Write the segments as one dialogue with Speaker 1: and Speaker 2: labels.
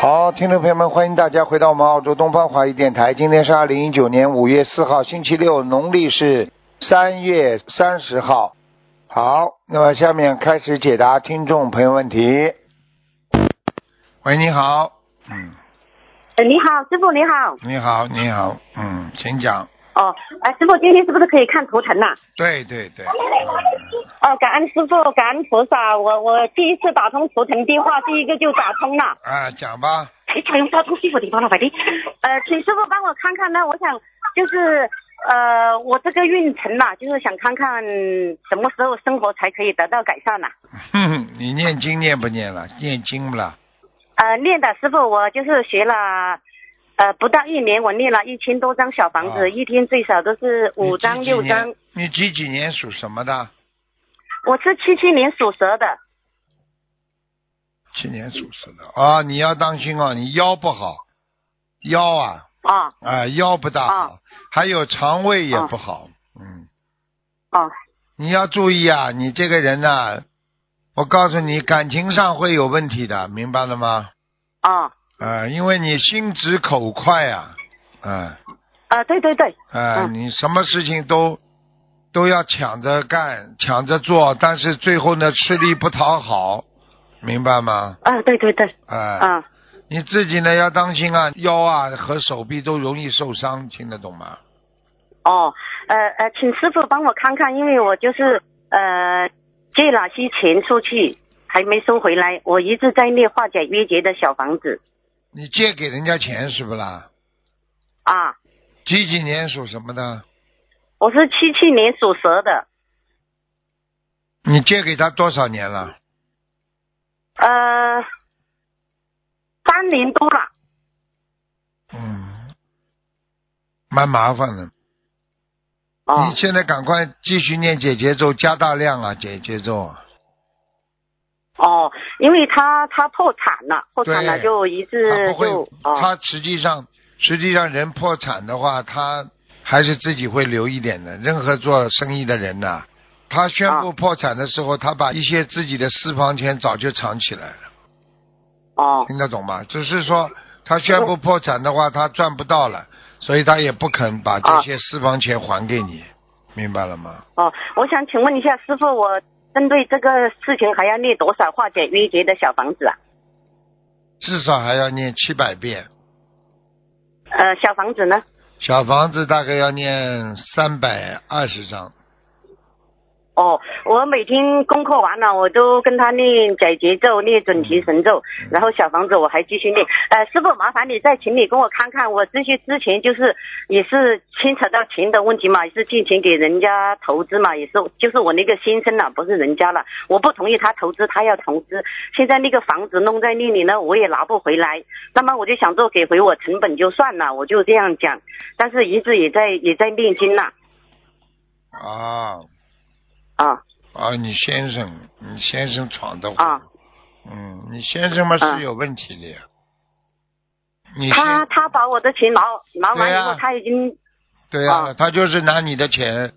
Speaker 1: 好，听众朋友们，欢迎大家回到我们澳洲东方华语电台。今天是二零一九年五月四号，星期六，农历是三月三十号。好，那么下面开始解答听众朋友问题。喂，你好，嗯，
Speaker 2: 呃，你好，师傅你好。
Speaker 1: 你好，你好，嗯，请讲。
Speaker 2: 哦，哎、师傅今天是不是可以看图腾呐、啊
Speaker 1: 对对嗯对，
Speaker 2: 哦，感恩师傅，感恩菩萨。我我第一次打通图腾电话，第一个就打通了。
Speaker 1: 啊，讲吧，
Speaker 2: 哎，才用到通师傅地方了，快点。呃，请师傅帮我看看呢，我想就是呃，我这个运程呐、就是想看看什么时候生活才可以得到改善呐、
Speaker 1: 哼哼，你念经念不念了？念经不啦？
Speaker 2: 呃，念的师傅，我就是学了。呃，不到一年，我念了一千多张小房子，
Speaker 1: 啊
Speaker 2: 一天最少都是五
Speaker 1: 你
Speaker 2: 张
Speaker 1: 几几
Speaker 2: 六
Speaker 1: 年
Speaker 2: 张。。
Speaker 1: 你几几年属什么的？
Speaker 2: 我是七七年属蛇的，
Speaker 1: 七年属蛇的啊，你要当心哦，你腰不好，腰啊
Speaker 2: 哦
Speaker 1: 啊腰不大好，
Speaker 2: 啊
Speaker 1: 还有肠胃也不好，嗯，
Speaker 2: 哦，
Speaker 1: 你要注意啊，你这个人呐、我告诉你，感情上会有问题的，明白了吗？
Speaker 2: 哦，
Speaker 1: 啊，因为你心直口快啊，啊
Speaker 2: 啊，对对对，
Speaker 1: 啊，
Speaker 2: 嗯
Speaker 1: 你什么事情都都要抢着干，抢着做，但是最后呢，吃力不讨好，明白吗？
Speaker 2: 啊，对对对，
Speaker 1: 啊。
Speaker 2: 啊，
Speaker 1: 你自己呢要当心啊，腰啊和手臂都容易受伤，听得懂吗？
Speaker 2: 哦，呃呃，请师傅帮我看看，因为我就是呃借了些钱出去，还没收回来，我一直在念化解冤结的小房子
Speaker 1: 你借给人家钱是不啦？
Speaker 2: 啊，
Speaker 1: 几几年属什么的？
Speaker 2: 我是七七年属蛇的，
Speaker 1: 你借给他多少年了？
Speaker 2: 呃，三年多了，
Speaker 1: 嗯，蛮麻烦的。
Speaker 2: 哦
Speaker 1: 你，现在赶快继续念姐姐咒，加大量啊，姐姐咒啊。
Speaker 2: 哦，因为他他破产了，破产了
Speaker 1: 对
Speaker 2: 就一
Speaker 1: 他
Speaker 2: 直
Speaker 1: 不会
Speaker 2: 就，哦
Speaker 1: 他实际上实际上人破产的话，他还是自己会留一点的。任何做生意的人呐、他宣
Speaker 2: 啊
Speaker 1: 布破产的时候，他把一些自己的私房钱早就藏起来了。
Speaker 2: 哦
Speaker 1: 听得懂吗？只是说他宣布破产的话，他赚不到了，所以他也不肯把
Speaker 2: 啊
Speaker 1: 这些私房钱还给你，明白了吗？
Speaker 2: 哦，我想请问一下师傅，我针对这个事情还要念多少化解冤结的小房子啊？
Speaker 1: 至少还要念七百遍，
Speaker 2: 呃，小房子呢？
Speaker 1: 小房子大概要念三百二十章。
Speaker 2: 哦，我每天功课完了，我都跟他念解结咒、念准提神咒，然后小房子我还继续念。呃，师傅，麻烦你再请你跟我看看，我这些之前就是也是牵扯到钱的问题嘛，也是借钱给人家投资嘛，也是就是我那个先生啊了，不是人家了，我不同意他投资，他要投资。现在那个房子弄在那里呢，我也拿不回来，那么我就想着给回我成本就算了，我就这样讲，但是一直也在也在念经呐，
Speaker 1: 啊
Speaker 2: 啊
Speaker 1: 啊，你先生，你先生闯的祸。
Speaker 2: 啊。
Speaker 1: 嗯，你先生嘛
Speaker 2: 啊
Speaker 1: 是有问题的呀。你
Speaker 2: 他
Speaker 1: 先
Speaker 2: 他把我的钱拿拿完
Speaker 1: 嗯对
Speaker 2: 以
Speaker 1: 啊
Speaker 2: 后，他已经
Speaker 1: 对呀、
Speaker 2: 啊
Speaker 1: 他就是拿你的钱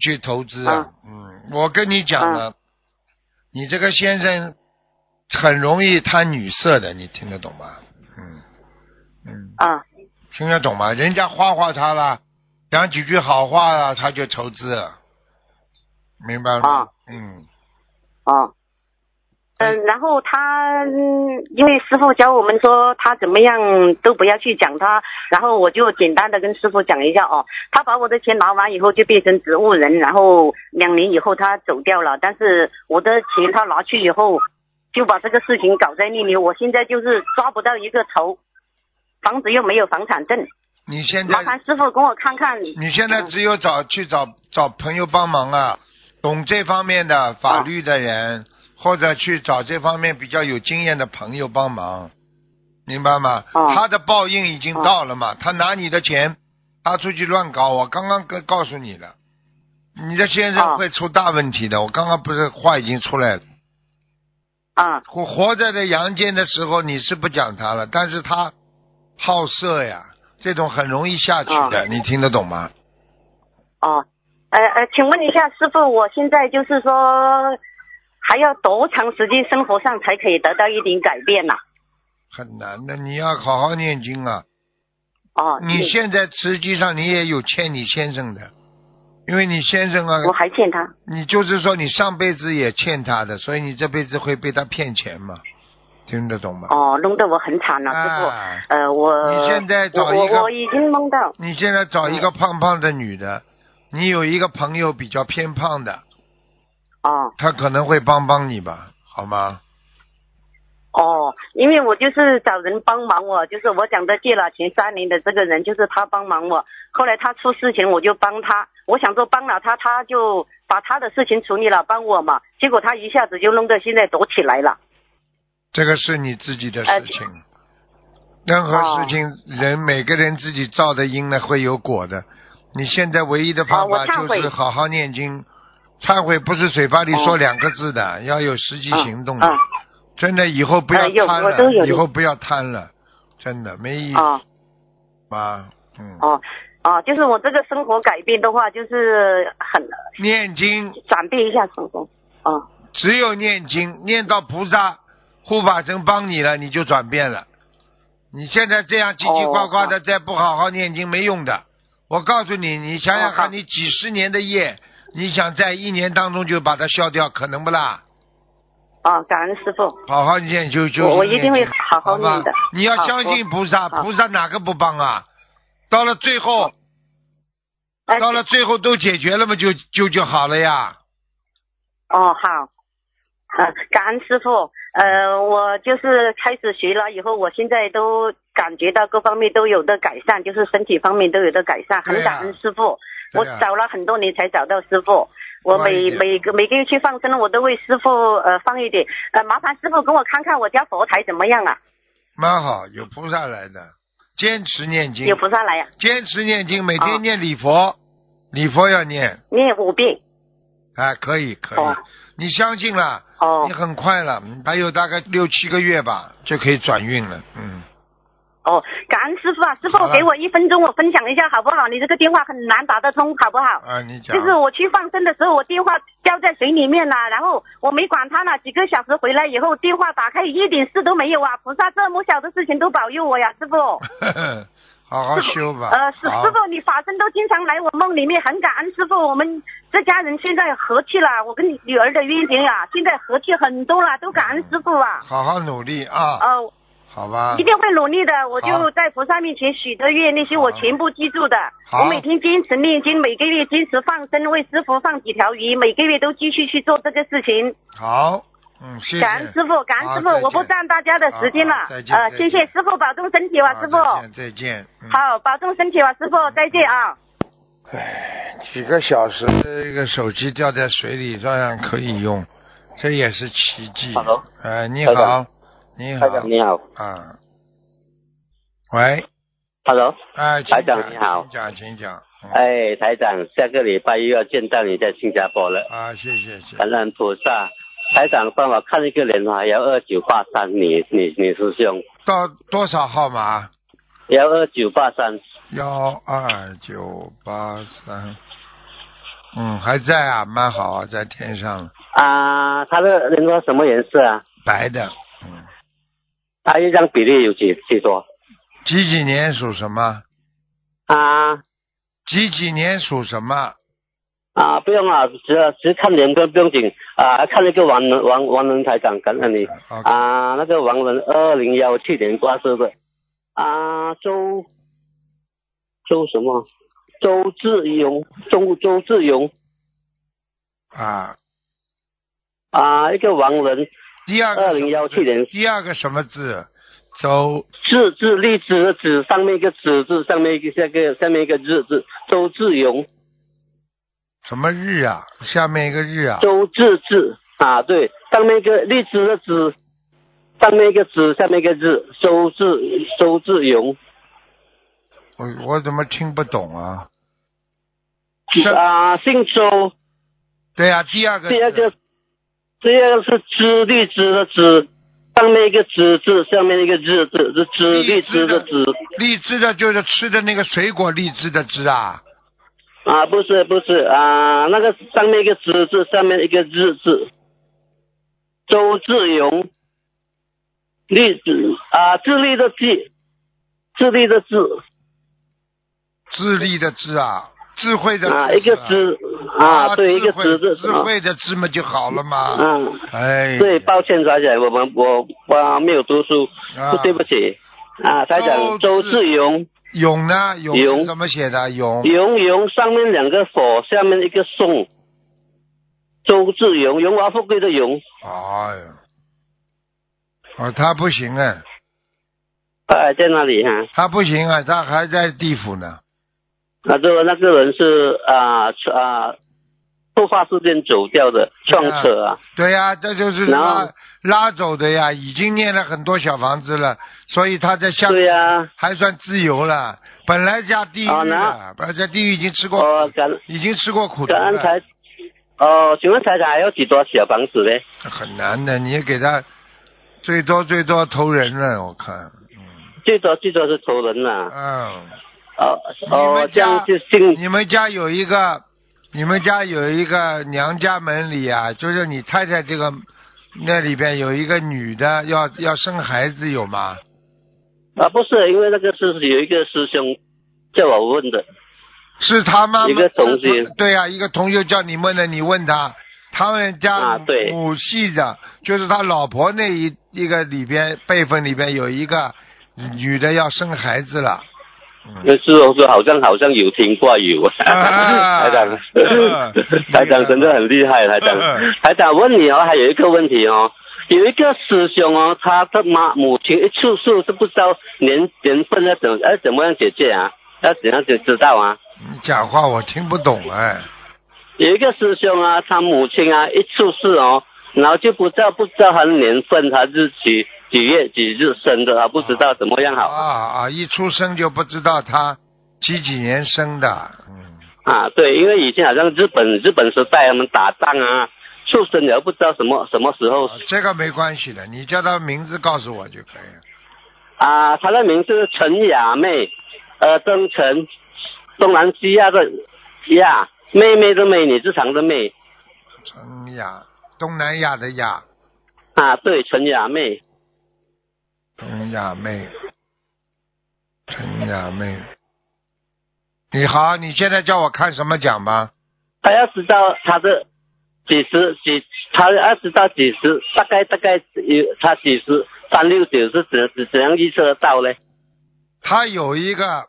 Speaker 1: 去投资啊。
Speaker 2: 啊
Speaker 1: 嗯，我跟你讲了，你这个先生很容易贪女色的，你听得懂吗？嗯嗯，
Speaker 2: 啊
Speaker 1: 听得懂吗？人家花花他了，讲几句好话了，他就投资了，明白了吗？
Speaker 2: 啊
Speaker 1: 嗯，
Speaker 2: 啊，嗯，然后他嗯因为师傅教我们说他怎么样都不要去讲他，然后我就简单的跟师傅讲一下哦，他把我的钱拿完以后就变成植物人，然后两年以后他走掉了，但是我的钱他拿去以后就把这个事情搞在那里，我现在就是抓不到一个头，房子又没有房产证，
Speaker 1: 你现
Speaker 2: 麻
Speaker 1: 在
Speaker 2: 烦师傅跟我看看，
Speaker 1: 你现在只有找去找找朋友帮忙啊，懂这方面的法律的人，或者去找这方面比较有经验的朋友帮忙，明白吗？
Speaker 2: 哦
Speaker 1: 他的报应已经到了嘛，他拿你的钱，他出去乱搞，我刚刚告告诉你了，你的先生
Speaker 2: 哦
Speaker 1: 会出大问题的。我刚刚不是话已经出来了，
Speaker 2: 啊
Speaker 1: 活活在这阳间的时候，你是不讲他了，但是他好色呀，这种很容易下去的，
Speaker 2: 哦
Speaker 1: 你听得懂吗？
Speaker 2: 哦，呃呃，请问一下师傅，我现在就是说，还要多长时间生活上才可以得到一点改变呢、啊
Speaker 1: 很难的，你要好好念经啊。
Speaker 2: 哦，
Speaker 1: 你
Speaker 2: 对
Speaker 1: 现在实际上你也有欠你先生的，因为你先生啊，
Speaker 2: 我还欠他。
Speaker 1: 你就是说你上辈子也欠他的，所以你这辈子会被他骗钱嘛，听得懂吗？
Speaker 2: 哦，弄得我很惨了，师傅。
Speaker 1: 啊，
Speaker 2: 呃，我
Speaker 1: 你现在找
Speaker 2: 我
Speaker 1: 一个
Speaker 2: 我我已经梦到
Speaker 1: 你现在找一个胖胖的女的，
Speaker 2: 嗯
Speaker 1: 你有一个朋友比较偏胖的，
Speaker 2: 哦
Speaker 1: 她可能会帮帮你吧，好吗？
Speaker 2: 哦，因为我就是找人帮忙我，就是我讲的借了钱三年的这个人，就是他帮忙我。后来他出事情，我就帮他，我想说帮了他，他就把他的事情处理了，帮我嘛。结果他一下子就弄到现在躲起来了。
Speaker 1: 这个是你自己的
Speaker 2: 呃
Speaker 1: 事情，任何事
Speaker 2: 哦
Speaker 1: 情、人每个人自己造的因呢会有果的。你现在唯一的
Speaker 2: 啊
Speaker 1: 方
Speaker 2: 我
Speaker 1: 法
Speaker 2: 忏
Speaker 1: 就是
Speaker 2: 悔
Speaker 1: 好好念经，忏悔不是嘴巴里说
Speaker 2: 哦
Speaker 1: 两个字的，要有实际
Speaker 2: 嗯
Speaker 1: 行动的。
Speaker 2: 嗯
Speaker 1: 真的，以后不要
Speaker 2: 呃有
Speaker 1: 贪
Speaker 2: 我
Speaker 1: 了，
Speaker 2: 都有
Speaker 1: 以后不要贪了，真的没意思
Speaker 2: 哦
Speaker 1: 吧？嗯，
Speaker 2: 哦哦，就是我这个生活改变的话，就是很
Speaker 1: 念经
Speaker 2: 转变一下生活。哦
Speaker 1: 只有念经，念到菩萨护法神帮你了，你就转变了。你现在这样叽叽呱呱
Speaker 2: 哦
Speaker 1: 的，再不好好念经没用的。我告诉你，你想想
Speaker 2: 哦好
Speaker 1: 看，你几十年的业，你想在一年当中就把它消掉，可能不啦？
Speaker 2: 哦，感恩师傅。
Speaker 1: 好好念就就
Speaker 2: 我我
Speaker 1: 是念
Speaker 2: 一定会
Speaker 1: 经
Speaker 2: 好好念的
Speaker 1: 吧你要
Speaker 2: 好
Speaker 1: 相信菩萨，
Speaker 2: 好
Speaker 1: 菩萨哪个不帮啊？到了最后，
Speaker 2: 哎
Speaker 1: 到了最后都解决了嘛，就就就好了呀。
Speaker 2: 哦，好，呃，感恩师傅，呃，我就是开始学了以后，我现在都感觉到各方面都有的改善，就是身体方面都有的改善，
Speaker 1: 对
Speaker 2: 很
Speaker 1: 呀
Speaker 2: 感恩师傅。我
Speaker 1: 对呀
Speaker 2: 找了很多年才找到师傅，我
Speaker 1: 多一
Speaker 2: 每
Speaker 1: 点
Speaker 2: 每个每个月去放生，我都为师傅呃放一点，呃，麻烦师傅给我看看我家佛台怎么样啊？
Speaker 1: 蛮好，有菩萨来的，坚持念经
Speaker 2: 有，菩萨来啊？
Speaker 1: 坚持念经，每
Speaker 2: 哦
Speaker 1: 天念礼佛，礼佛要念，
Speaker 2: 念五遍
Speaker 1: 哎，可以可以，
Speaker 2: 哦
Speaker 1: 你相信了，
Speaker 2: 哦
Speaker 1: 你很快了，还有大概六七个月吧，就可以转运了，嗯，
Speaker 2: 哦，感恩师傅啊，师
Speaker 1: 好
Speaker 2: 傅
Speaker 1: 了
Speaker 2: 给我一分钟，我分享一下好不好？你这个电话很难打得通，好不好？
Speaker 1: 啊，你讲，
Speaker 2: 就是我去放生的时候，我电话掉在水里面了，然后我没管它了。几个小时回来以后，电话打开一点事都没有啊！菩萨这么小的事情都保佑我呀，师傅。
Speaker 1: 好好修吧，
Speaker 2: 呃，师
Speaker 1: 好
Speaker 2: 师傅，你法身都经常来我梦里面，很感恩师傅。我们这家人现在和气了，我跟你女儿的冤结呀，现在和气很多了，都感恩师傅啊。
Speaker 1: 好好努力啊，
Speaker 2: 哦、
Speaker 1: 好吧
Speaker 2: 一，定会努力的，我
Speaker 1: 啊好
Speaker 2: 就在菩萨面前许的愿，那些我全部记住的。
Speaker 1: 好
Speaker 2: 我每天坚持念经，每个月坚持放生，为师傅放几条鱼，每个月都继续去做这个事情。
Speaker 1: 好，嗯，谢谢，
Speaker 2: 感恩师傅，感恩
Speaker 1: 好
Speaker 2: 师
Speaker 1: 再见
Speaker 2: 傅，我不占大家的时间了
Speaker 1: 好好再。见
Speaker 2: 呃，
Speaker 1: 再
Speaker 2: 谢
Speaker 1: 见
Speaker 2: 谢师傅，保重身体啊，
Speaker 1: 好
Speaker 2: 师傅。
Speaker 1: 再见，嗯再见，嗯。
Speaker 2: 好，保重身体啊，师傅，再见啊。
Speaker 1: 哎几个小时，这个手机掉在水里照样可以用，这也是奇迹。
Speaker 3: Hello
Speaker 1: 哎，你
Speaker 3: 台
Speaker 1: 好
Speaker 3: 长，
Speaker 1: 你好
Speaker 3: 台，长你好
Speaker 1: 啊，喂，
Speaker 3: ，Hello，
Speaker 1: 哎，
Speaker 3: 台长
Speaker 1: 请讲
Speaker 3: 你好
Speaker 1: 请讲，请讲。嗯，
Speaker 3: 哎，台长，下个礼拜又要见到你在新加坡了，
Speaker 1: 啊，谢谢，谢谢
Speaker 3: 感恩菩萨。台长帮我看一个人啊，幺二九八三，你你你师兄，
Speaker 1: 到多少号码？
Speaker 3: 幺二九八三，
Speaker 1: 幺二九八三。嗯，还在啊，蛮好啊，在天上了，
Speaker 3: 啊，他的人说什么颜色啊？
Speaker 1: 白的。嗯，
Speaker 3: 他一张比例有几几多？
Speaker 1: 几几年属什么？
Speaker 3: 啊
Speaker 1: 几几年属什么？
Speaker 3: 啊，不用啊，只只看人不不用紧啊，看那个王仁王王仁台长，感恩你
Speaker 1: OK
Speaker 3: 啊，那个王仁二零幺去年挂失的啊，周周什么？周志勇，周周志勇
Speaker 1: 啊，
Speaker 3: 啊，一个王仁，
Speaker 1: 第二个什么
Speaker 3: 2017
Speaker 1: 字
Speaker 3: 年
Speaker 1: 第二个什么字？周
Speaker 3: 志志荔枝的志，上面一个子字，上面一个下个下面一个日字，周志勇，
Speaker 1: 什么日啊？下面一个日啊？
Speaker 3: 周志志啊，对，上面一个荔枝的枝，上面一个枝，下面一个日，周志周志勇。
Speaker 1: 我我怎么听不懂啊？是
Speaker 3: 啊，姓周，
Speaker 1: 对啊，第二个字
Speaker 3: 第二个，第二个是枝荔枝的枝，上面一个枝字，上面一个日字，是
Speaker 1: 荔
Speaker 3: 枝荔
Speaker 1: 枝
Speaker 3: 枝
Speaker 1: 的
Speaker 3: 的枝
Speaker 1: 荔枝的就是吃的那个水果荔枝的枝啊。
Speaker 3: 啊，不是不是啊，那个上面一个枝字，上面一个日字，周志勇立志啊，自立的志，自立的志
Speaker 1: 智力的智啊，智慧的智
Speaker 3: 啊，一个
Speaker 1: 智
Speaker 3: 知啊，对，一个知字
Speaker 1: 智慧的智嘛就好了嘛。
Speaker 3: 嗯，
Speaker 1: 哎，
Speaker 3: 对，抱歉，财长，我们我我没有读书，
Speaker 1: 啊哦
Speaker 3: 对不起啊，财
Speaker 1: 周
Speaker 3: 长，周
Speaker 1: 志
Speaker 3: 志勇，
Speaker 1: 勇呢？勇是
Speaker 3: 勇
Speaker 1: 怎么写的？勇
Speaker 3: 勇勇上面两个火，下面一个宋，周志勇，荣华富贵的勇，
Speaker 1: 哎呀，哦，他不行啊，
Speaker 3: 哎，在那里哈、
Speaker 1: 他不行啊，他还在地府呢。
Speaker 3: 啊，这个那个人是啊啊，突发事件走掉的撞车啊，
Speaker 1: 对哎呀、这就是
Speaker 3: 然
Speaker 1: 拉
Speaker 3: 后
Speaker 1: 拉走的呀，已经念了很多小房子了，所以他在下
Speaker 3: 对呀、
Speaker 1: 还算自由了。本来下地狱了
Speaker 3: 哦那，
Speaker 1: 本来在地狱已经吃过苦，
Speaker 3: 哦，感
Speaker 1: 已经吃过苦头
Speaker 3: 感恩
Speaker 1: 了，
Speaker 3: 台，哦，请问台长还要几多小房子呢？
Speaker 1: 很难的。你也给他最多最多投人了，我看。
Speaker 3: 最多最多是仇人呐、
Speaker 1: 嗯，
Speaker 3: 哦
Speaker 1: 你
Speaker 3: 哦
Speaker 1: 们，
Speaker 3: 这
Speaker 1: 家
Speaker 3: 样就信
Speaker 1: 你们家有一个，你们家有一个娘家门里啊，就是你太太这个那里边有一个女的要要生孩子有吗？
Speaker 3: 啊，不是，因为那个是有一个师兄叫我问的，
Speaker 1: 是他妈妈
Speaker 3: 一个同学
Speaker 1: 是他对呀、啊一个同学叫你问的，你问他，他们家
Speaker 3: 啊对
Speaker 1: 母系的，就是他老婆那一一个里边辈分里边有一个女的要生孩子了，
Speaker 3: 那师兄说好像好像有听过有，
Speaker 1: 啊
Speaker 3: 台长
Speaker 1: 嗯，
Speaker 3: 台长真的很厉害，台长
Speaker 1: 嗯嗯，
Speaker 3: 台长问你哦，还有一个问题哦。有一个师兄哦，他的妈母亲一出事都不知道年年份要怎么要怎么样解决啊？要怎样就知道啊？
Speaker 1: 嗯你讲话我听不懂哎，
Speaker 3: 有一个师兄啊，他母亲啊一出事哦，然后就不知道不知道他的年份，他日期几月几日生的啊，不知道怎么样好
Speaker 1: 啊啊，一出生就不知道他几几年生的，嗯，
Speaker 3: 啊。对，因为以前好像日本日本时代他们打仗啊，出生了不知道什么什么时候
Speaker 1: 啊这个没关系的，你叫他名字告诉我就可以了。
Speaker 3: 啊，他的名字是陈雅妹，呃，曾陈，东南西亚的亚，妹妹的妹，你日常的妹
Speaker 1: 陈雅，东南亚的亚，
Speaker 3: 啊，对，陈雅妹
Speaker 1: 陈雅妹，陈雅妹，你好，你现在叫我看什么奖吧？
Speaker 3: 他要知道他的几时几，他要知道几时，大概大概有他几时三六九是怎怎怎样预测得到嘞？
Speaker 1: 他有一个，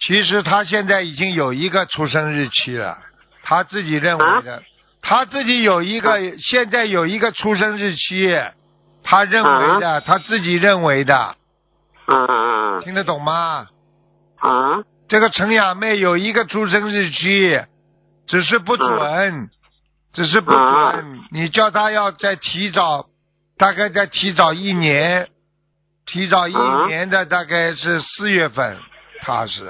Speaker 1: 其实他现在已经有一个出生日期了，他自己认为的，他自己有一个、
Speaker 3: 啊
Speaker 1: 现在有一个出生日期，他认为的，他自己认为的，
Speaker 3: 啊
Speaker 1: 听得懂吗？
Speaker 3: 啊
Speaker 1: 这个陈雅妹有一个出生日期，只是不准，只是不准。
Speaker 3: 啊
Speaker 1: 你叫她要再提早，大概再提早一年，提早一
Speaker 3: 啊
Speaker 1: 年的大概是四月份，她是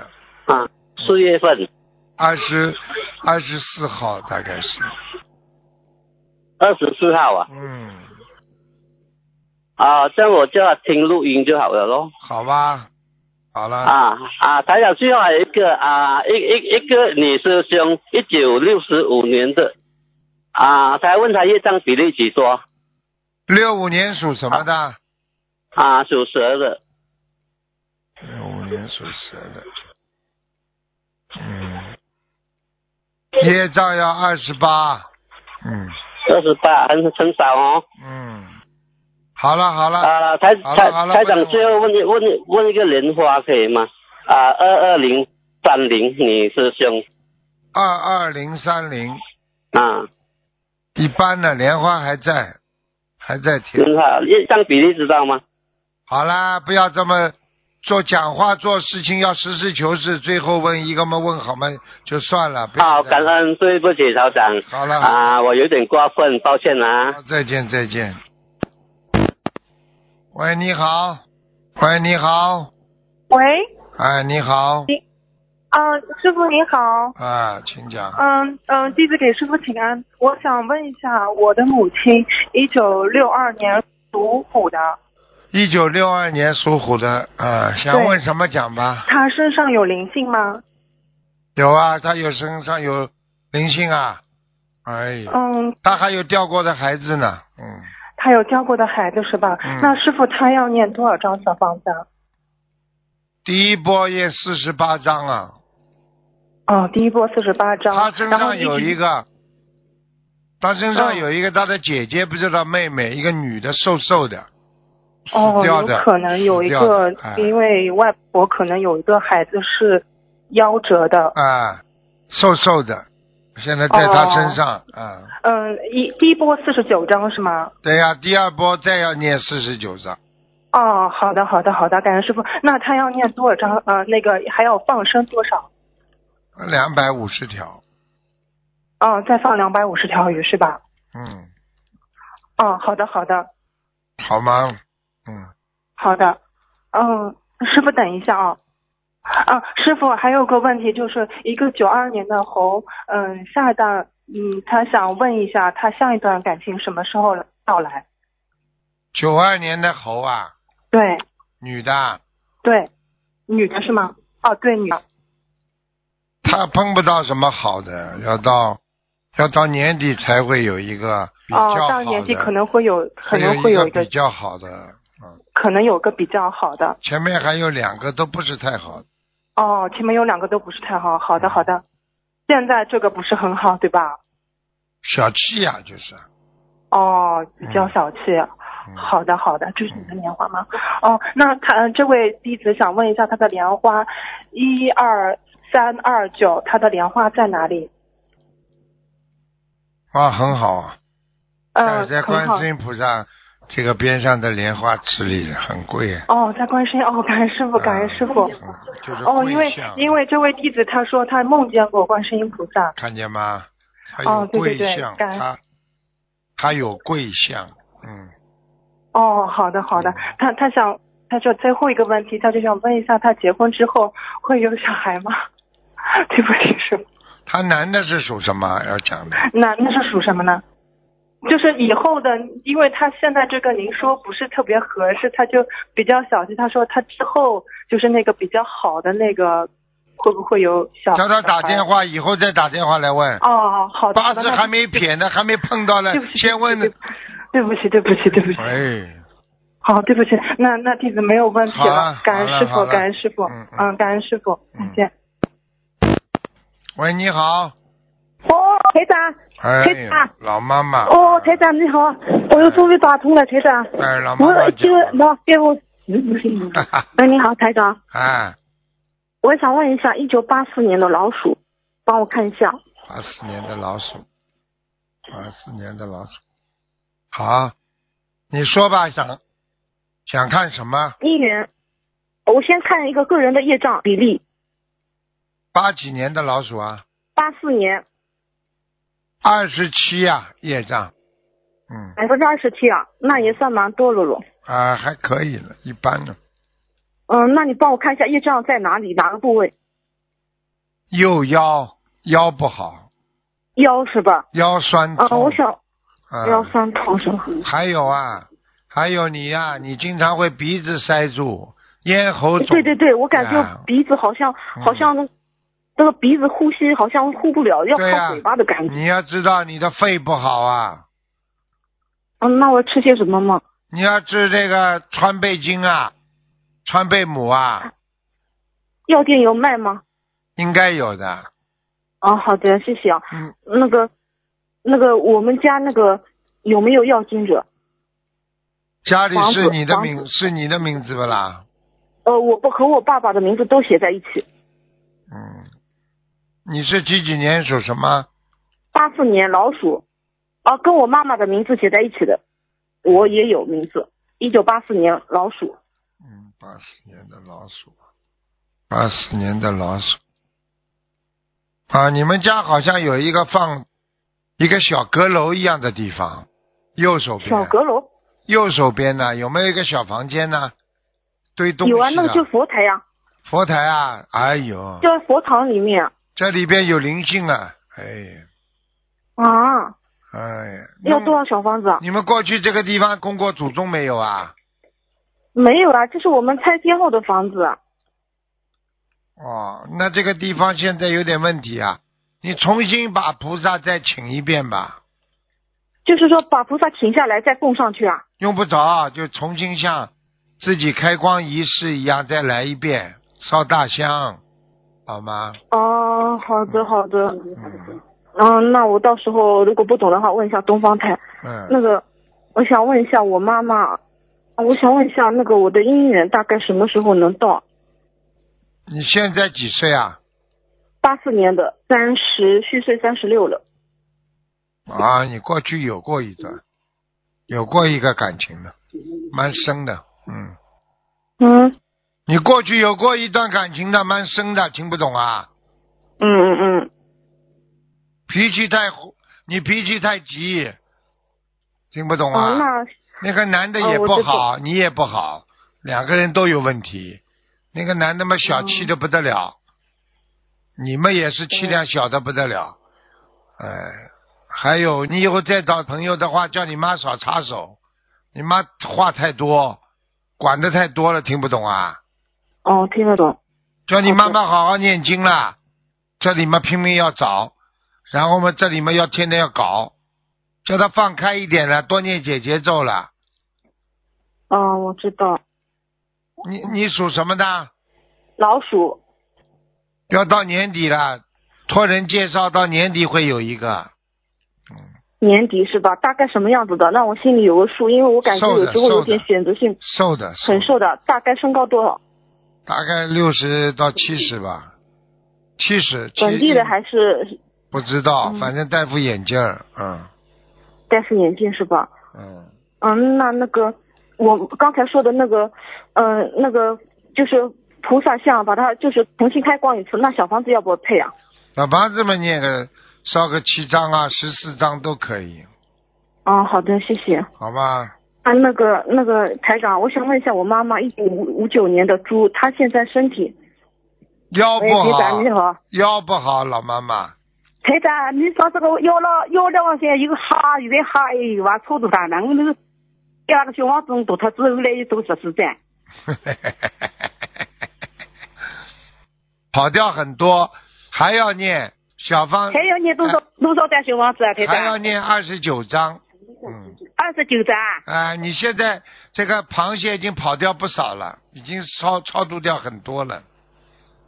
Speaker 3: 啊！四月份
Speaker 1: 二十二十四号，大概是，
Speaker 3: 二十四号啊
Speaker 1: 嗯，
Speaker 3: 啊，这样我叫他听录音就好了咯。
Speaker 1: 好吧，好了，
Speaker 3: 啊啊！台长，最后还有一个啊，一一一个女师兄，一九六十五年的啊，他还问他业障比例几多
Speaker 1: 六五年属什么的？
Speaker 3: 啊？属蛇的
Speaker 1: 六五年属蛇的，嗯，业障要二十八，嗯
Speaker 3: 二十八，很很少哦。
Speaker 1: 嗯，好了好了，
Speaker 3: 啊，台
Speaker 1: 好了
Speaker 3: 台
Speaker 1: 好了
Speaker 3: 台
Speaker 1: 不
Speaker 3: 长，
Speaker 1: 能
Speaker 3: 最后问你问你问一个莲花可以吗？啊，二二零三零女师兄
Speaker 1: 二二零三零，
Speaker 3: 啊，
Speaker 1: 一般的莲花还在，还在贴。
Speaker 3: 您好，业障比例知道吗？
Speaker 1: 好啦，不要这么做讲话做事情要实事求是，最后问一个嘛问好嘛就算了。不要
Speaker 3: 好，
Speaker 1: 再
Speaker 3: 啊感恩，对不起，台长
Speaker 1: 好了，好
Speaker 3: 啊，我有点过分，抱歉啊。
Speaker 1: 再见再见。喂，你好，喂，你好，
Speaker 4: 喂，
Speaker 1: 哎，你好，
Speaker 4: 啊、师傅您好，
Speaker 1: 啊，请讲。
Speaker 4: 嗯嗯，弟子给师傅请安。我想问一下，我的母亲一九六二年属虎的，
Speaker 1: 一九六二年属虎的，啊，想
Speaker 4: 对
Speaker 1: 问什么讲吧？
Speaker 4: 她身上有灵性吗？
Speaker 1: 有啊，他有身上有灵性啊，哎，
Speaker 4: 嗯，
Speaker 1: 他还有掉过的孩子呢，嗯，
Speaker 4: 还有教过的孩子是吧？
Speaker 1: 嗯
Speaker 4: 那师傅他要念多少张小房子啊？
Speaker 1: 第一波也四十八章啊，
Speaker 4: 哦，第一波四十八张，
Speaker 1: 他身
Speaker 4: 然后
Speaker 1: 上有一
Speaker 4: 直
Speaker 1: 个，他身上
Speaker 4: 嗯
Speaker 1: 有一个他的姐姐，不知道妹妹，一个女的，瘦瘦的，
Speaker 4: 哦，
Speaker 1: 掉
Speaker 4: 有
Speaker 1: 的
Speaker 4: 可能有一个
Speaker 1: 死掉的哎，
Speaker 4: 因为外婆可能有一个孩子是夭折的，
Speaker 1: 啊，瘦瘦的，现在
Speaker 4: 哦
Speaker 1: 在他身上啊。
Speaker 4: 嗯，一第一波四十九张是吗？
Speaker 1: 对呀、第二波再要念四十九章，
Speaker 4: 哦，好的，好的，好的，感恩师傅。那他要念多少张？呃，那个还要放生多少？
Speaker 1: 两百五十条，
Speaker 4: 哦，再放两百五十条鱼是吧？
Speaker 1: 嗯，
Speaker 4: 哦，好的，好的，
Speaker 1: 好吗？嗯，
Speaker 4: 好的。嗯，师傅等一下啊。啊，师傅还有个问题，就是一个九二年的猴，嗯，下一段，嗯，他想问一下，他下一段感情什么时候到来？
Speaker 1: 九二年的猴啊，
Speaker 4: 对
Speaker 1: 女的，啊
Speaker 4: 对，女的是吗？哦，对，女的。
Speaker 1: 她碰不到什么好的，要到要到年底才会有一个比较好的，，
Speaker 4: 哦到年纪可能会有，可
Speaker 1: 会
Speaker 4: 能会有
Speaker 1: 有
Speaker 4: 一个
Speaker 1: 比，较好的，嗯，
Speaker 4: 可能有个比较好的。
Speaker 1: 前面还有两个都不是太好，
Speaker 4: 哦，前面有两个都不是太好。
Speaker 1: 嗯
Speaker 4: 好的，好的。现在这个不是很好，对吧？
Speaker 1: 小气呀、就是，
Speaker 4: 哦，比较小气。
Speaker 1: 嗯、
Speaker 4: 好的，好的，这是你的莲花吗？哦，那他呃这位弟子想问一下他的莲花，一二三二九，他的莲花在哪里？
Speaker 1: 啊，很好啊，
Speaker 4: 嗯、
Speaker 1: 在
Speaker 4: 很
Speaker 1: 观
Speaker 4: 好
Speaker 1: 世。音菩萨这个边上的莲花池里很贵，啊
Speaker 4: 哦，在观世音哦，感恩师傅，感恩师傅。
Speaker 1: 嗯就是啊
Speaker 4: 哦，因为
Speaker 1: 跪像
Speaker 4: 因为这位弟子他说他梦见过观世音菩萨。
Speaker 1: 看见吗？它有
Speaker 4: 哦对
Speaker 1: 贵
Speaker 4: 对对
Speaker 1: 相，
Speaker 4: 感恩
Speaker 1: 它它有贵相，嗯，
Speaker 4: 哦，好的好的，他他想他就最后一个问题，他就想问一下，他结婚之后会有小孩吗？ 对不起，师傅，
Speaker 1: 它男的是属什么？要讲的
Speaker 4: 那那是属什么呢？就是以后的，因为他现在这个您说不是特别合适，他就比较小气。他说他之后就是那个比较好的那个，会不会有小？
Speaker 1: 叫他打电
Speaker 4: 话。
Speaker 1: 话，以后再打电话来问。
Speaker 4: 哦，好的。
Speaker 1: 八
Speaker 4: 好的
Speaker 1: 字还没
Speaker 4: 那
Speaker 1: 撇呢，还没碰到呢
Speaker 4: 对不，起，
Speaker 1: 先问
Speaker 4: 对。不起，对不起，对不起。
Speaker 1: 哎，
Speaker 4: 好，对不起，那那弟子没有问题
Speaker 1: 好了
Speaker 4: 了，感
Speaker 1: 好了
Speaker 4: 恩师
Speaker 1: 好
Speaker 4: 傅，
Speaker 1: 了
Speaker 4: 感恩师傅，
Speaker 1: 嗯嗯
Speaker 4: 感恩师傅，再
Speaker 1: 嗯
Speaker 4: 见。
Speaker 1: 喂，你好，
Speaker 5: 哦，台长，
Speaker 1: 哎
Speaker 5: 台长，
Speaker 1: 老妈妈。
Speaker 5: 哦，台长你好，我又终于打通了，台长。
Speaker 1: 哎，老妈妈
Speaker 5: 我
Speaker 1: 讲
Speaker 5: 就
Speaker 1: 了。
Speaker 5: 那给我，嗯不 行，
Speaker 1: 哈哈，
Speaker 5: 哎，你好，台长，
Speaker 1: 哎，
Speaker 5: 我想问一下，一九八四年的老鼠，帮我看一下。
Speaker 1: 八四年的老鼠，八四年的老鼠。好，你说吧，想想看什么？
Speaker 5: 姻缘，我先看一个个人的业障比例，
Speaker 1: 八几年的老鼠啊？
Speaker 5: 八四年
Speaker 1: 二十七呀，业障，嗯
Speaker 5: 百分之二十七啊，那也算蛮多了咯。
Speaker 1: 啊、还可以了，一般了。
Speaker 5: 嗯，那你帮我看一下业障在哪里，哪个部位？
Speaker 1: 右腰腰不好，
Speaker 5: 腰是吧？
Speaker 1: 腰酸
Speaker 5: 嗯，
Speaker 1: 痛
Speaker 5: 我，想
Speaker 1: 啊
Speaker 5: 腰酸痛是吧？
Speaker 1: 还有啊，还有你呀、你经常会鼻子塞住，咽喉肿，
Speaker 5: 对对对，我感
Speaker 1: 啊
Speaker 5: 觉鼻子好像、
Speaker 1: 嗯
Speaker 5: 好像那个鼻子呼吸好像呼不了，要
Speaker 1: 对呀
Speaker 5: 靠嘴巴的感觉。
Speaker 1: 你要知道你的肺不好啊，
Speaker 5: 嗯，那我吃些什么吗？
Speaker 1: 你要治这个川贝精啊，川贝母啊，
Speaker 5: 药店有卖吗？
Speaker 1: 应该有的，
Speaker 5: 啊，好的，谢谢啊。
Speaker 1: 嗯，
Speaker 5: 那个，那个，我们家那个有没有药经者？
Speaker 1: 家里
Speaker 5: 房
Speaker 1: 是
Speaker 5: 子
Speaker 1: 你的
Speaker 5: 房
Speaker 1: 名是你的名字不啦？
Speaker 5: 呃，我不和我爸爸的名字都写在一起。
Speaker 1: 嗯，你是几几年属什么？
Speaker 5: 八四年老鼠，啊，跟我妈妈的名字写在一起的，我也有名字。一九八四年老鼠，
Speaker 1: 嗯，八四年的老鼠，八四年的老鼠。啊，你们家好像有一个放一个小阁楼一样的地方，右手边。
Speaker 5: 小阁楼
Speaker 1: 右手边呢，有没有一个小房间呢？堆东西
Speaker 5: 有
Speaker 1: 的。
Speaker 5: 啊，那个就佛台呀、
Speaker 1: 佛台啊，哎呦，
Speaker 5: 就在佛堂里面
Speaker 1: 这里边有灵性啊，哎，
Speaker 5: 啊。
Speaker 1: 哎呀。
Speaker 5: 要多
Speaker 1: 那
Speaker 5: 少小房子啊？
Speaker 1: 你们过去这个地方供过祖宗没有啊？
Speaker 5: 没有啊，这是我们拆迁后的房子啊。
Speaker 1: 哦，那这个地方现在有点问题啊，你重新把菩萨再请一遍吧。
Speaker 5: 就是说把菩萨请下来再供上去啊？
Speaker 1: 用不着，就重新像自己开光仪式一样再来一遍，烧大香，好吗？
Speaker 5: 哦，好的好的，
Speaker 1: 嗯
Speaker 5: 嗯，那我到时候如果不懂的话问一下东方台。
Speaker 1: 嗯，
Speaker 5: 那个，我想问一下我妈妈，我想问一下那个我的姻缘大概什么时候能到？
Speaker 1: 你现在几岁啊？
Speaker 5: 八四年的，三十虚岁三十六了。
Speaker 1: 啊，你过去有过一段，有过一个感情的，蛮深的，嗯，
Speaker 5: 嗯
Speaker 1: 你过去有过一段感情的，蛮深的，听不懂啊？
Speaker 5: 嗯嗯嗯，
Speaker 1: 脾气太，你脾气太急，听不懂啊？
Speaker 5: 哦那
Speaker 1: 那个男的
Speaker 5: 哦
Speaker 1: 也
Speaker 5: 我
Speaker 1: 不
Speaker 5: 知道
Speaker 1: 好，你也不好，两个人都有问题。那个男的嘛，小气
Speaker 5: 嗯
Speaker 1: 的不得了，你们也是气量小的不得了。哎，还有，你以后再找朋友的话，叫你妈少插手，你妈话太多，管的太多了，听不懂啊？
Speaker 5: 哦听得懂。
Speaker 1: 叫你妈妈好好念经啦，这里嘛拼命要找，然后嘛这里嘛要天天要搞，叫她放开一点了，多念姐姐咒了。
Speaker 5: 哦，我知道。
Speaker 1: 你你属什么的？
Speaker 5: 嗯老鼠。
Speaker 1: 要到年底了，托人介绍到年底会有一个嗯
Speaker 5: 年底是吧？大概什么样子的？让我心里有个数，因为我感觉
Speaker 1: 瘦的
Speaker 5: 有时候有点
Speaker 1: 瘦的
Speaker 5: 选择性
Speaker 1: 瘦的，
Speaker 5: 很
Speaker 1: 瘦
Speaker 5: 瘦的。大概身高多少？
Speaker 1: 的，大概六十到七十吧，七十。
Speaker 5: 本地的
Speaker 1: 70
Speaker 5: 还是
Speaker 1: 不知道，
Speaker 5: 嗯
Speaker 1: 反正戴副眼镜儿，嗯
Speaker 5: 戴副眼镜是吧？
Speaker 1: 嗯，
Speaker 5: 嗯，那那个我刚才说的那个，呃，那个就是菩萨像，把它就是重新开光一次。那小房子要不要配啊？
Speaker 1: 老房子们念个烧个七张啊，十四张都可以，
Speaker 5: 哦，好的，谢谢。
Speaker 1: 好吧？
Speaker 5: 啊，那个那个台长，我想问一下，我妈妈一九五五九年的猪，她现在身体？
Speaker 1: 腰不
Speaker 5: 喂，台
Speaker 1: 好
Speaker 5: 长你，好，
Speaker 1: 腰不好，老妈妈，
Speaker 6: 台长，你说这个腰了腰了往前有个哈，有点哈，哎呦啊，臭肚大，然后那个那个小王子读他之后呢，又读十四站。
Speaker 1: 跑掉很多，还要念小方，呃
Speaker 6: 还要念多少多少张小王子啊，台
Speaker 1: 还要
Speaker 6: 长？
Speaker 1: 念二十九章。嗯，
Speaker 6: 二十九张啊。
Speaker 1: 啊、你现在这个螃蟹已经跑掉不少了，已经超超度掉很多了。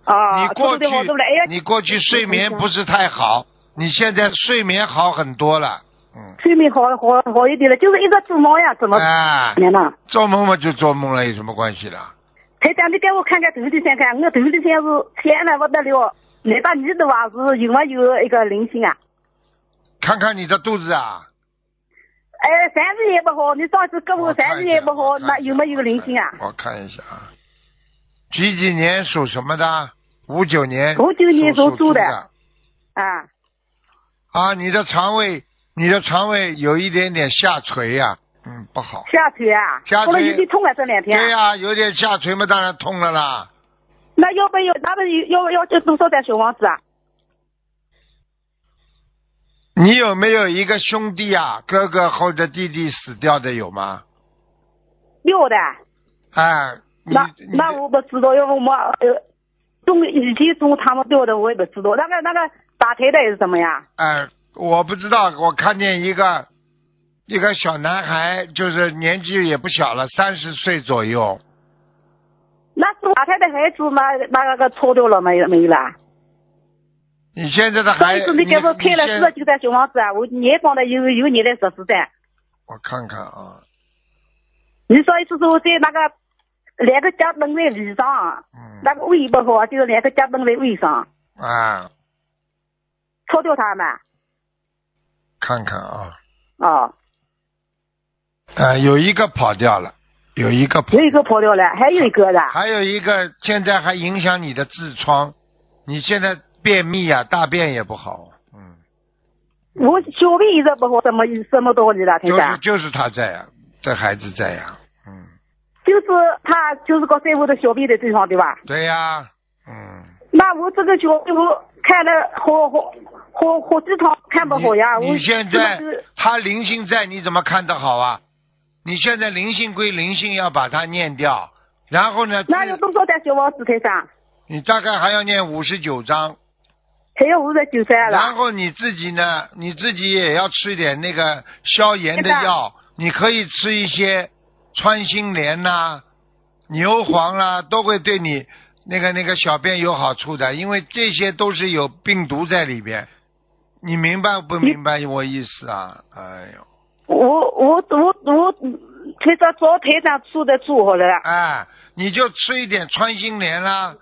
Speaker 6: 哦，
Speaker 1: 你过去
Speaker 6: 对好多了，哎呀，
Speaker 1: 你过去睡眠不是太好，你现在睡眠好很多了。嗯，
Speaker 6: 睡眠好好好一点了，就是一直做梦呀，怎么
Speaker 1: 哎、
Speaker 6: 难呢？
Speaker 1: 做梦嘛就做梦了，有什么关系啦？
Speaker 6: 台长，你给我看看头里先看，我头里先是天了不得了，难道哦你的话是有没有一个灵性啊？
Speaker 1: 看看你的肚子啊，
Speaker 6: 哎，三十也不好，你上次给我
Speaker 1: 我看一下
Speaker 6: 三十也不好，
Speaker 1: 哦我看一下
Speaker 6: 那有没有灵性啊？
Speaker 1: 我看一下啊，几几年属什么的？五九年，
Speaker 6: 59年
Speaker 1: 属
Speaker 6: 属
Speaker 1: 猪
Speaker 6: 猪的
Speaker 1: 的
Speaker 6: 啊，
Speaker 1: 啊，你的肠胃，你的肠胃有一点点下垂呀、嗯，不好。
Speaker 6: 下垂啊，
Speaker 1: 下垂
Speaker 6: 后来有点痛啊，这两天。
Speaker 1: 对呀、有点下垂嘛，当然痛了啦。
Speaker 6: 那要不要？那不要要要多少张小王子啊？
Speaker 1: 你有没有一个兄弟啊，哥哥或者弟弟死掉的有吗？
Speaker 6: 要的啊。
Speaker 1: 哎，你
Speaker 6: 那
Speaker 1: 你
Speaker 6: 那我不知道，要不我呃，中以前中他们掉的我也不知道。那个那个打胎的是怎么样？
Speaker 1: 哎，我不知道，我看见一个一个小男孩，就是年纪也不小了，三十岁左右，
Speaker 6: 那是打胎的孩子嘛，那个抽掉了没没啦？
Speaker 1: 你现在的
Speaker 6: 上
Speaker 1: 孩
Speaker 6: 一
Speaker 1: 子，
Speaker 6: 次你给我
Speaker 1: 你
Speaker 6: 开了
Speaker 1: 现
Speaker 6: 四十九张小王子啊，我年放的有有你的十四张。
Speaker 1: 我看看啊，
Speaker 6: 你上一次说在那个两个脚蹬在地上，
Speaker 1: 嗯，
Speaker 6: 那个胃不好，就是两个脚蹬在胃上，
Speaker 1: 啊，
Speaker 6: 抽掉他们。
Speaker 1: 看看啊，
Speaker 6: 哦，
Speaker 1: 啊，有一个跑掉了，有一个跑
Speaker 6: 有一个跑掉了，还有一个的。
Speaker 1: 还有一个现在还影响你的痔疮，你现在便秘啊，大便也不好，嗯，
Speaker 6: 我小便一直不好，什么什么道理了，台
Speaker 1: 就是就
Speaker 6: 长？
Speaker 1: 是他在呀、这孩子在呀、嗯，
Speaker 6: 就是他就是搞在我的小便的地方，对吧？
Speaker 1: 对呀、嗯，
Speaker 6: 那我这个小便我看了好好好好几趟看不好呀，
Speaker 1: 你
Speaker 6: 我
Speaker 1: 你现
Speaker 6: 真的
Speaker 1: 在
Speaker 6: 是
Speaker 1: 他灵性在，你怎么看得好啊？你现在灵性归灵性，要把它念掉，然后呢，
Speaker 6: 那有
Speaker 1: 自
Speaker 6: 多少张小王子台长？
Speaker 1: 你大概还要念五十九章，
Speaker 6: 才要五百九十二
Speaker 1: 然
Speaker 6: 了。
Speaker 1: 后你自己呢，你自己也要吃一点那个消炎的
Speaker 6: 是的
Speaker 1: 药，你可以吃一些穿心莲呐、牛黄啦、都会对你那个那个小便有好处的，因为这些都是有病毒在里边。你明白不明白我意思啊？哎呦，
Speaker 6: 我我我我，台长早台长说的做好了啦。
Speaker 1: 哎，你就吃一点穿心莲啦，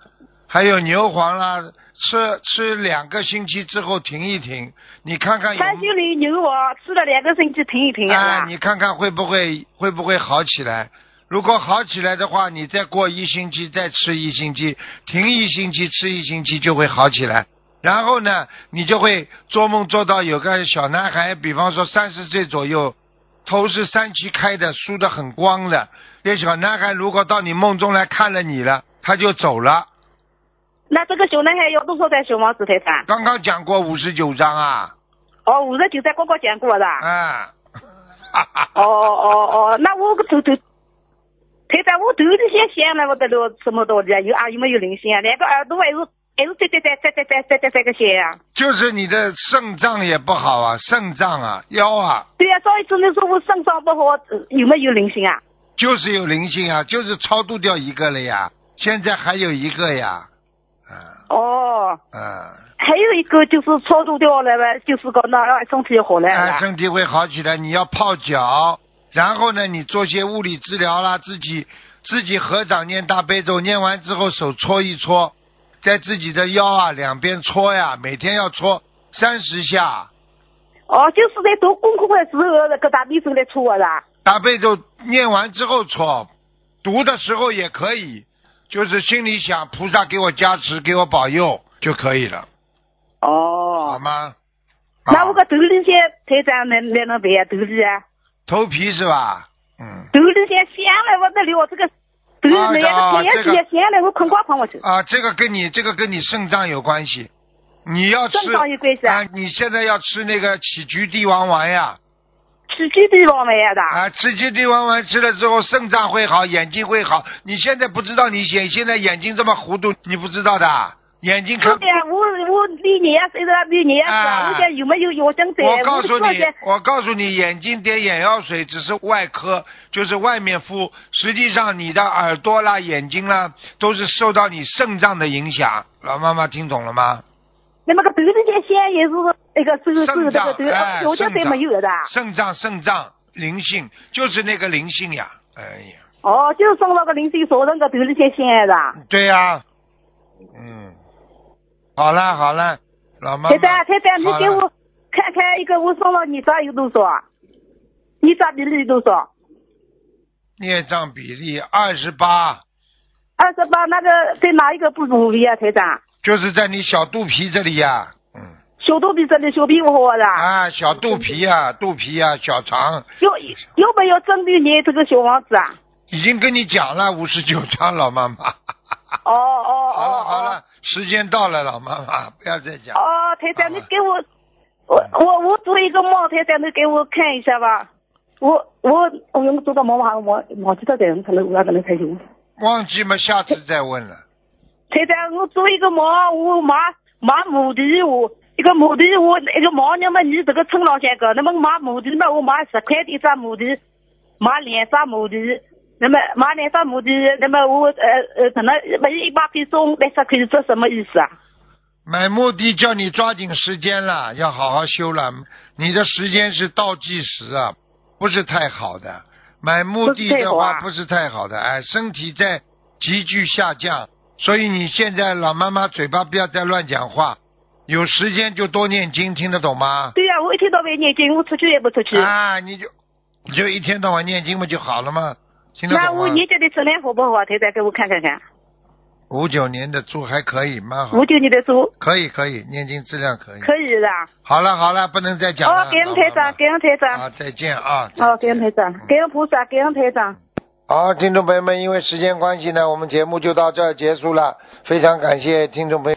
Speaker 1: 还有牛黄啦，吃吃两个星期之后停一停，你看看有
Speaker 6: 川西里牛黄吃了两个星期停一停
Speaker 1: 哎
Speaker 6: 啊，，
Speaker 1: 你看看会不会会不会好起来？如果好起来的话，你再过一星期，再吃一星期，停一星期，吃一星期就会好起来。然后呢，你就会做梦做到有个小男孩，比方说三十岁左右，头是三七开的，梳得很光的。这小男孩如果到你梦中来看了你了，他就走了。
Speaker 6: 那这个小男孩要多少张小王子台长？
Speaker 1: 刚刚讲过五十九章啊，
Speaker 6: 哦，五十九在刚刚讲过的。
Speaker 1: 啊，
Speaker 6: 哦哦哦，那我个头头，台长，我头里先想了，我得了什么道理啊？有啊，有没有灵性啊？两个耳朵还是还是在在在在在在在在在个响啊？
Speaker 1: 就是你的肾脏也不好啊，肾脏啊，腰啊，
Speaker 6: 对呀、上一次你说我肾脏不好，呃有没有灵性啊？
Speaker 1: 就是有灵性啊，就是超度掉一个了呀，现在还有一个呀，啊
Speaker 6: 哦，
Speaker 1: 啊，
Speaker 6: 还有一个就是超度掉了呗，就是讲那让身体就好了。
Speaker 1: 哎，
Speaker 6: 是吧
Speaker 1: 身体会好起来。你要泡脚，然后呢，你做些物理治疗啦，自己自己合掌念大悲咒，念完之后手搓一搓，在自己的腰啊两边搓呀，每天要搓三十下。
Speaker 6: 哦，就是在读功课的时候，那个大秘书来戳我啦。
Speaker 1: 大悲咒念完之后搓，读的时候也可以，就是心里想菩萨给我加持，给我保佑就可以了，好
Speaker 6: 哦，
Speaker 1: 吗？
Speaker 6: 那
Speaker 1: 啊
Speaker 6: 我个头里些台长能能能办啊？头里啊，
Speaker 1: 头皮是吧？嗯。
Speaker 6: 头里些想了我得了，这个头里那个天
Speaker 1: 啊这个
Speaker 6: 气想了我困光碰我去，
Speaker 1: 啊，这个跟你这个跟你肾脏有关系，你要吃
Speaker 6: 肾脏有关系啊
Speaker 1: 啊，你现在要吃那个杞菊地黄丸呀，
Speaker 6: 去几地方买的？
Speaker 1: 啊，吃杞菊地黄丸吃了之后，肾脏会好，眼睛会好。你现在不知道你眼现在眼睛这么糊涂，你不知道的啊，眼睛看
Speaker 6: 对。呀，我我你年岁的你年岁，
Speaker 1: 啊
Speaker 6: 我讲有没有药精在？
Speaker 1: 我告诉
Speaker 6: 我
Speaker 1: 你
Speaker 6: 说的，
Speaker 1: 我告诉你，眼睛点眼药水只是外科，就是外面敷。实际上，你的耳朵啦、眼睛啦，都是受到你肾脏的影响。老妈妈听懂了吗？
Speaker 6: 那么个头里些想也是那个手手
Speaker 1: 肾
Speaker 6: 那
Speaker 1: 脏
Speaker 6: 个头，
Speaker 1: 哎，
Speaker 6: 药精
Speaker 1: 肾
Speaker 6: 在
Speaker 1: 脏
Speaker 6: 没有的。
Speaker 1: 肾脏肾脏灵性就是那个灵性呀，哎呀，
Speaker 6: 哦，就是送那个零星少人个头里些想的。
Speaker 1: 对呀、嗯，好了好了，老妈妈，
Speaker 6: 台长，台长，你
Speaker 1: 好
Speaker 6: 给
Speaker 1: 了
Speaker 6: 我看看一个我送了你这有多少？你这比例多少？
Speaker 1: 孽障比例二十八，
Speaker 6: 二十八，那个在哪一个部部位啊？台长，
Speaker 1: 就是在你小肚皮这里呀、嗯
Speaker 6: 小肚皮这里，小屁股好的，
Speaker 1: 啊，小肚皮呀、肚皮呀、小肠，
Speaker 6: 有有没有针对你这个小王子啊？
Speaker 1: 已经跟你讲了五十九章，老妈妈，
Speaker 6: 哦哦哦，
Speaker 1: 好了
Speaker 6: 哦
Speaker 1: 好了，时间到了，老妈妈，不要再讲了。
Speaker 6: 哦，台
Speaker 1: 好
Speaker 6: 长，
Speaker 1: 了
Speaker 6: 你给我，我我我做一个梦，台长，你给我看一下吧。我我我有没有做到梦啊？我忘记到这样，可能我可能才有。
Speaker 1: 忘记嘛，下次再问了。
Speaker 6: 台长，我做一个梦，我买买马蹄我一个马蹄我一个盲人嘛，你这个村老乡个，那么买马蹄嘛，我买十块的一只马蹄，买两只马蹄，那么买两只马蹄，那么我呃呃，可能不是一百块送那十块是这什么意思啊？
Speaker 1: 买目的叫你抓紧时间了，要好好修了。你的时间是倒计时啊，不是太好的。买目的的话不
Speaker 6: 不
Speaker 1: 是太好的，哎，身体在急剧下降，所以你现在老妈妈嘴巴不要再乱讲话，有时间就多念经，听得懂吗？
Speaker 6: 对呀、我一天到晚念经，我出去也不出去，
Speaker 1: 啊，你就你就一天到晚念经不就好了吗？听得
Speaker 6: 那
Speaker 1: 懂啊
Speaker 6: 我
Speaker 1: 吗？
Speaker 6: 念经的质量好不好？台长给我看看看，
Speaker 1: 五九年的猪还可以，蛮好
Speaker 6: 五，九年的书
Speaker 1: 可以可以，念经质量可以。
Speaker 6: 可以的。
Speaker 1: 好了好了，不能再嗯讲了。
Speaker 6: 哦，感恩
Speaker 1: 老
Speaker 6: 台
Speaker 1: 妈妈
Speaker 6: 长，感恩台
Speaker 1: 好，
Speaker 6: 长，
Speaker 1: 再见啊！
Speaker 6: 哦，感恩台长，感恩菩萨，感恩台长。
Speaker 1: 好，听众朋友们，因为时间关系呢，我们节目就到这儿结束了。非常感谢听众朋友。